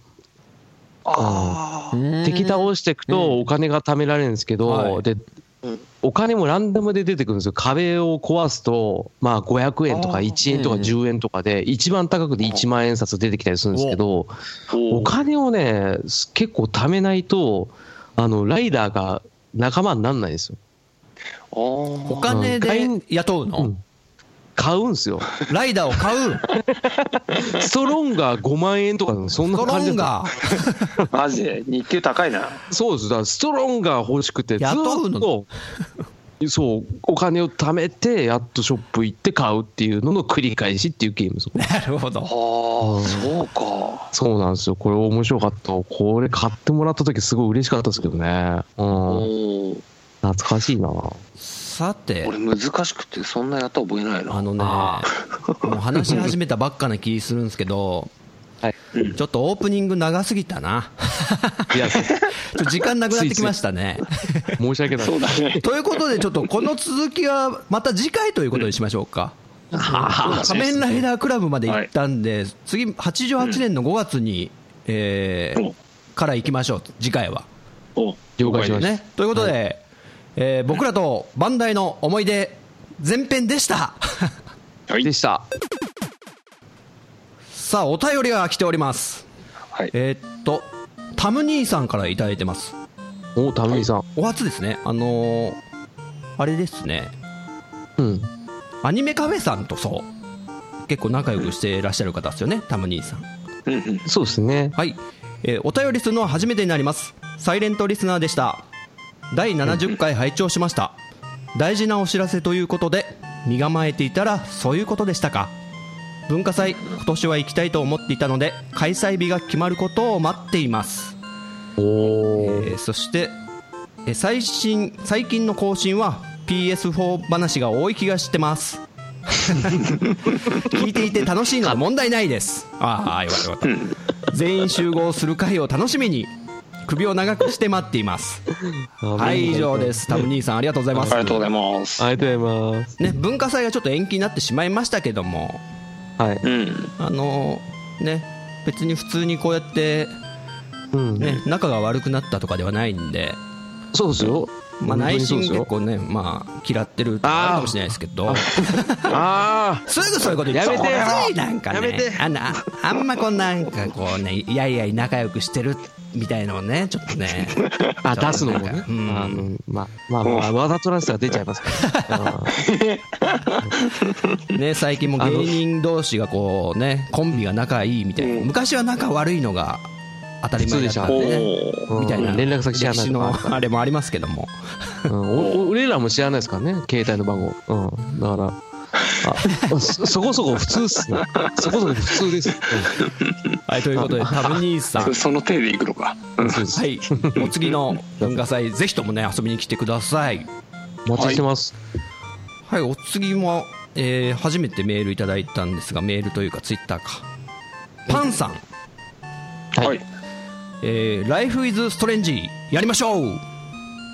ああうん敵倒していくとお金が貯められるんですけど、はいでうんお金もランダムで出てくるんですよ壁を壊すと、まあ、500円とかあー1円とかうん10円とかで一番高くて1万円札出てきたりするんですけどお金をねす結構貯めないとあのライダーが仲間にならないんですよ、お他金でうん雇うの、うん買うんですよ ライダーを買うストロンガー5万円とかそんスなトロ感じンだ ガーマジで日給高いなそうですだからストロンガー欲しくてず雇うーのっとそうお金を貯めてやっとショップ行って買うっていうのの繰り返しっていうゲームですなるほどあうんあそうかそうなんですよ。これ面白かった。これ買ってもらった時すごい嬉しかったですけどね。うん。おー懐かしいな。さて俺難しくてそんなやった覚えないあなのねあもう話し始めたばっかな気するんですけどはい。ちょっとオープニング長すぎたな いや、申ちょっと時間なくなってきましたねし訳ない。そうだね ということでちょっとこの続きはまた次回ということにしましょうかは仮面ライダークラブまで行ったんで、次、88年の5月に、えーおから行きましょう、次回は。お了解しましたね、ということで、えー僕らとバンダイの思い出、前編でした。 い。でした。さあ、お便りが来ております。はいえーっと、タム兄さんからいただいてます。お、タミミさん。お初ですね、あのーあれですね、うん。アニメカフェさんとそう、結構仲良くしていらっしゃる方ですよね、タム兄さん。うんうんそうですね。はい、えーお便りするのは初めてになりますサイレントリスナーでした第70回拝聴しました大事なお知らせということで身構えていたらそういうことでしたか文化祭今年は行きたいと思っていたので開催日が決まることを待っています、おえー。。ーそして、えー最新最近の更新は PS4 話が多い気がしてます 聞いていて楽しいのは問題ないですああよかったよかった全員集合する会を楽しみに首を長くして待っていますはい以上ですすタム兄さんありがとうございまあすりがとうございます。ありがとうございます。ね文化祭がちょっと延期になってしまいましたけどもはい。うん。あのね別に普通にこうやってうん。ね仲が悪くなったとかではないんでそうですよ。まあ内心本当にそうです結よ。構ねまあ嫌ってるってあるかもしれないですけどあ すぐそういうこと言っやめてよついなんかねやめてあんなああんまこうなんかこうねいやいやい仲良くしてるみたいのをねちょっとね あ。あ、出すのもね。うんあのまあ、まあ、まあ、わざとらしさが出ちゃいますから。 うんね最近も芸人同士がこうねコンビが仲いいみたいなうん昔は仲悪いのが当たり前だったんおでそーねうみたいなうん連絡先知ら歴ない史とかのあれもありますけど もうんおお俺らも知らないですからね携帯の番号うんだからあそそこそこ普通っすねそこそこ普通です、はいということでタブ兄さんそその手でいくのか。うん、そうです、はい、お次の文化祭、ぜひともね、遊びに来てください。お待ちしてます、はい、お次も、えー初めてメールいただいたんですが、メールというか、ツイッターか。パンさん、はいはい。えー、Life is Strange、やりましょう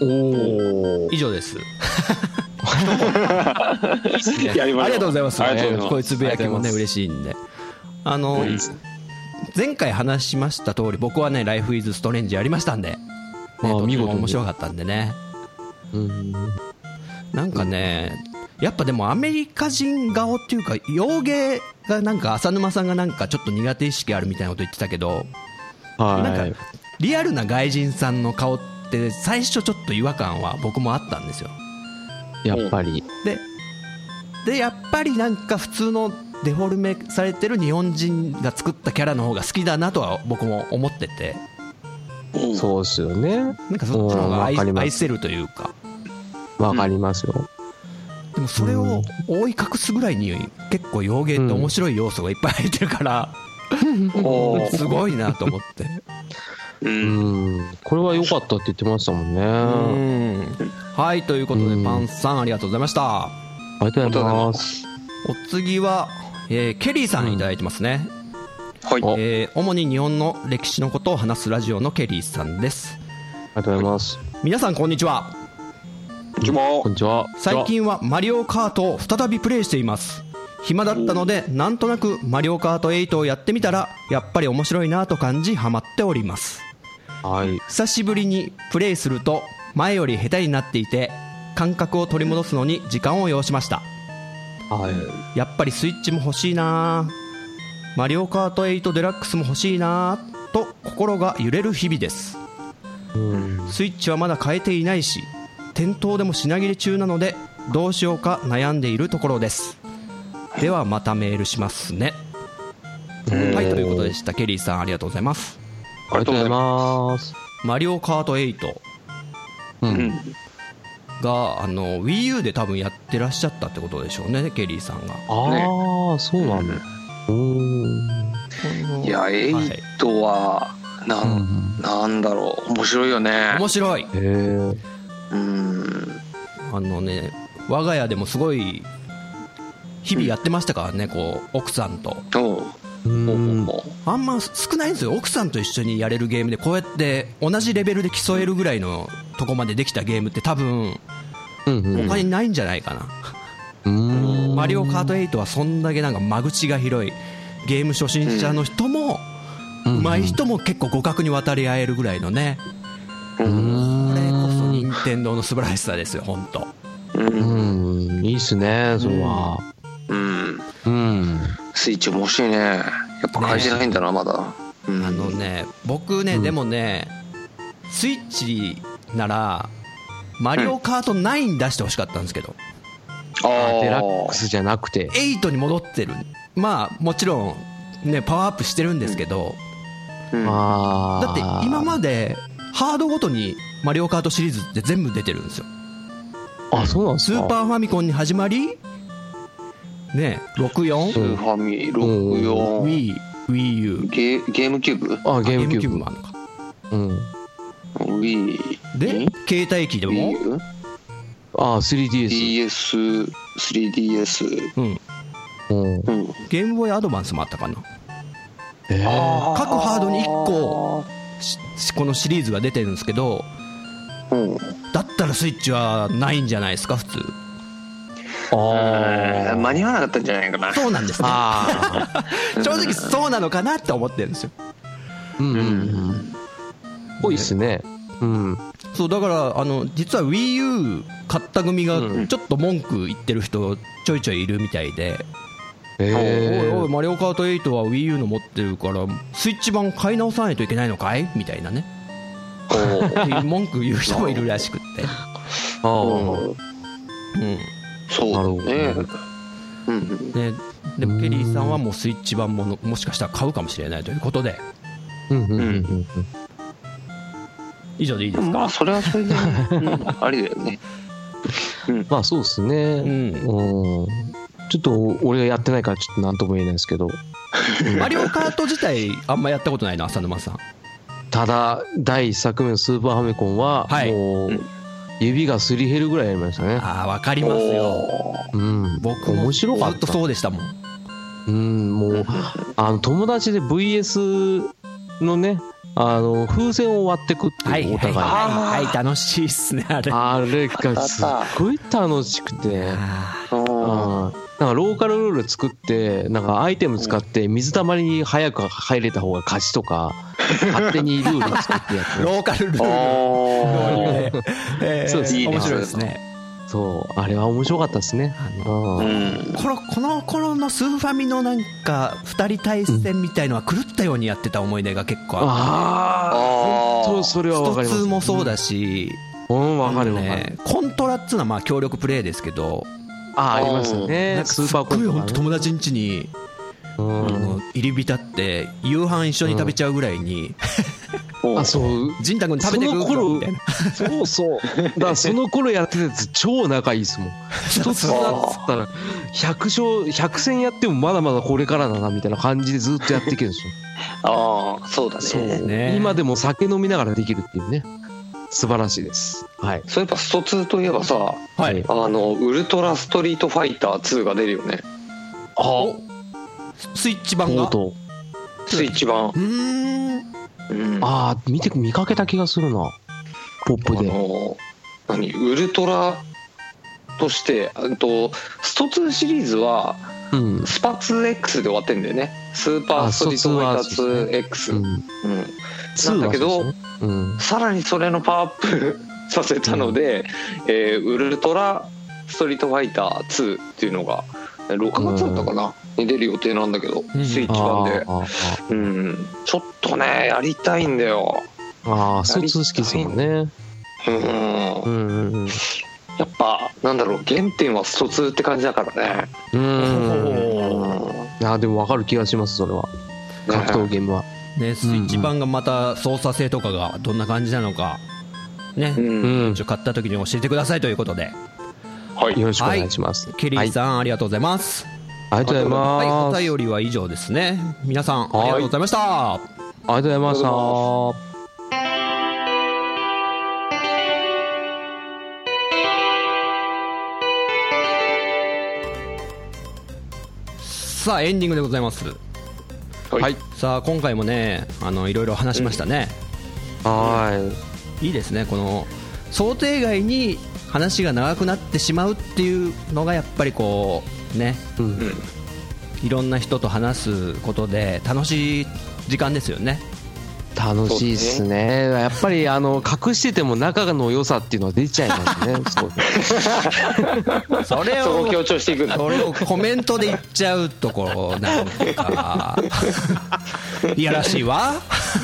おお。以上です。やりましょうありがとうございます。ありがとうございますこういうつぶやきもね、ありがとうございます嬉しいんで。あの、うん前回話しました通り、僕はね、Life is Strange やりましたんで、ね、あーとって見も事に面白かったんでね。うん、なんかね、やっぱでもアメリカ人顔っていうか、洋芸がなんか浅沼さんがなんかちょっと苦手意識あるみたいなこと言ってたけど、はなんいかリアルな外人さんの顔って最初ちょっと違和感は僕もあったんですよ。やっぱりで、で、やっぱりなんか普通のデフォルメされてる日本人が作ったキャラの方が好きだなとは僕も思ってて、う。そうですよねなんかそっちの方が愛うんわかります愛せるというか。わかりますよ、でもそれを覆い隠すぐらいに結構洋芸って面白い要素がいっぱい入ってるから、おお。すごいなと思って。う。うんんこれは良かったって言ってましたもんね、あはい、ということうで、んパンさんありがとうございました。りがとうございますお次は、えーケリーさんいただいてますね。はい。おえー主に日本の歴史のことを話すラジオのケリーさんです。ありがとうございます皆さんこんにちは。こんにちはこんにちは最近はマリオカートを再びプレイしています。暇だったので、なんとなくマリオカート8をやってみたら、やっぱり面白いなと感じ、ハマっております。はい久しぶりにプレイすると前より下手になっていて感覚を取り戻すのに時間を要しましたはいやっぱりスイッチも欲しいなぁマリオカート8デラックスも欲しいなぁと心が揺れる日々ですうんスイッチはまだ変えていないし店頭でも品切れ中なのでどうしようか悩んでいるところですではまたメールしますねはいということでしたケリーさんありがとうございますありがとうございますマリオカート8ううんん。があの WiiU で多分やってらっしゃったってことでしょうねケリーさんがああ、そうなんだ。うーん。いや、エイはいトは、な、うんんなんだろう。面白いよね。面白いへえ。うん。あのね我が家でもすごい日々やってましたからね、こう奥さんとおう。うおん。うおうあんま少ないんですよ奥さんと一緒にやれるゲームでこうやって同じレベルで競えるぐらいのとこまでできたゲームって多分うん他にないんじゃないかな、うん。マリオカート8はそんだけなんか間口が広いゲーム初心者の人も、うん上手い人も結構互角に渡り合えるぐらいのね、これこそ任天堂の素晴らしさですよ本当うん。うん。いいっすね、それは。うん。うん。スイッチ面白いね。やっぱ返してないんだな、まだ。うん。あのね僕ね、うんでもねスイッチならマリオカート9出してほしかったんですけど、あーデラックスじゃなくて。 8に戻ってるまあもちろんねパワーアップしてるんですけど、うんああ。だって今までハードごとにマリオカートシリーズって全部出てるんですよあ、そうなんすスかーパーファミコンに始まりねス64ーファミう64 w i i u ゲゲームキューブあ、ゲームキューブもあるのかうん。 Wii で携帯機でも Wii あ、3DS。 DS、3DS、うんうん。うん、ゲームボーイアドバンスもあったかなえー、あ各ハードに1個ししこのシリーズが出てるんですけどうんだったらスイッチはないんじゃないですか普通あー間に合わなかったんじゃないかなそうなんですねあ 正直そうなのかなって思ってるんですよーうんうんうん多いっすねうんそうだからあの実は WiiU 買った組がうんちょっと文句言ってる人ちょいちょいいるみたいでえおいおい、ー、マリオカート8は WiiU の持ってるから、スイッチ版買い直さないといけないのかいみたいなね、っていう文句言う人もいるらしく って、あー うんうんそうなるねほうんね、でもケリーさんはもうスイッチ版ものもしかしたら買うかもしれないということで、うんうんうんうん以上でいいでうすんまあか、それはそれで、うんありだよ ねまあそうですうねん、うんちょっと俺がやってないからちょっと何とも言えないですけどマリオカート自体、あんまやったことないな、浅沼さん。ただ第1作目のスーパーファミコンははいもう指がすり減るぐらいやりましたね、ああ、わかりますよ、うん、僕も面ず白かっっとたそうでしたもん、うんもうあの友達で VS のねあの風船を割ってくってはいいうはおい、互い、はい、はい、楽しいっすね、あれ。あれがすっごい楽しくて、うん、あうんなんかローカルルール作ってなんかアイテム使って水たまりに早く入れた方が勝ちとか勝手にルール作ってやーローカルルールあの、えーそうです面白いですね。るそうあれは面白かったですねあのーううんんこのこの頃のスーファミのなんか2人対戦みたいのは狂ったようにやってた思い出が結構ああああーそうそれるはわスかりトます2もそうだし、うんわかるわかる、ね、コントラっつうのはまあ協力プレイですけど、あありましたなんねかスすーパっーコごいン本当友達ん家に、あうんの入り浸って夕飯一緒に食べちゃうぐらいにうんあそう「仁太君食べてくその頃みたいなそうそう。だからその頃やってたやつ超仲いいですもん。一つだっつったら、100勝、100戦やってもまだまだこれからだなみたいな感じでずっとやっていけるんですよ。あーそうだねね今でも酒飲みながらできるっていうね。素晴らしいです。はい。そういえばスト2といえばさはいあのウルトラストリートファイター2が出るよねあおスイッチ版とがうとう。スイッチ版うーんうんああ、見て、見かけた気がするな。ポップあで。の何ウルトラとしてうんとスト2シリーズはうん。スパ 2X で終わってんだよねスーパーあストリートフストァ2イター 2X、うん。うんツーはそうですねうん。さらにそれのパワーアップ させたので、えーウルトラストリートファイター2っていうのが6月だったかな、に出る予定なんだけど、うんスイッチあ版ーで、あー、うん、ちょっとねやりたいんだよ、あースーツ好きですもんね。うん、うんうんうん。やっぱなんだろう原点はスト2って感じだからねうん。おあーでも分かる気がしますそれは格闘ゲームは、ね、スイッチ版がまた操作性とかがどんな感じなのか、ね、う、うんんちょっと買った時に教えてくださいということで、はいよろしくお願いします、ケリーさん、ありがとうございます。はい、ありがとうございまはす、い、おあり便りは以上ですね。皆さん、はいありがとうございました。がとうございましありたがとうごさあ、エンディングでございます。はい、はいさあ、今回もね、あの、いろいろ話しましたね。はいいいですね、この、想定外に話が長くなってしまうっていうのが、やっぱりこう、ね、うんうんいろんな人と話すことで、楽しい時間ですよね。楽しいっすねやっぱりあの隠してても仲の良さっていうのは出ちゃいますねそうそれそこをを強調していくんだそれをコメントで言っちゃうところなんかいやらしいわ。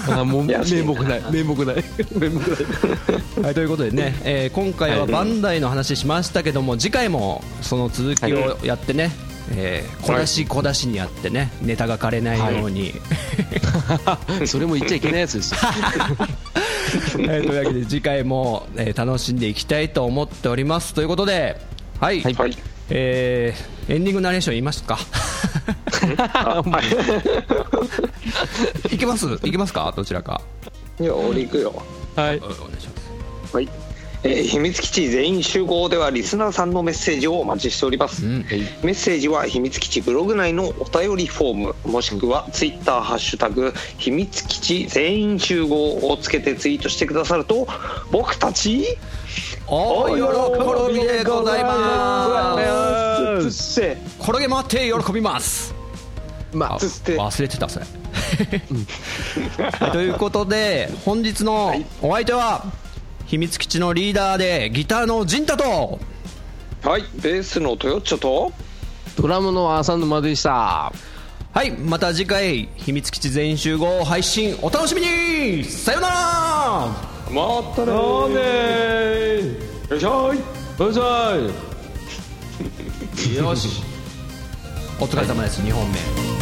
あもうや面目ない面目ない面目ないはい、ということでね、えー今回はバンダイの話しましたけども、次回もその続きをやってね、えー小出し小出しにやってねネタが枯れないように、 それも言っちゃいけないやつですよ えーというわけで次回も、えー楽しんでいきたいと思っておりますということではい、はいはいえーエンディングナレーション言いましたか いけますいけますかどちらかいや俺行くよはいお願いしますはい、えー秘密基地全員集合ではリスナーさんのメッセージをお待ちしております、うんメッセージは秘密基地ブログ内のお便りフォームもしくはツイッターハッシュタグ秘密基地全員集合をつけてツイートしてくださると僕たちおー喜びでございまつすっせ転げ回って喜びますまあつって忘れてたそれはい と いうことで本日のお相手は秘密基地のリーダーでギターの陣太とはいベースのトヨッチョとドラムの浅沼でしたはいまた次回秘密基地全員集合配信お楽しみにさようならまったねーいらっしゃいバイバイよしお疲れ様です2本目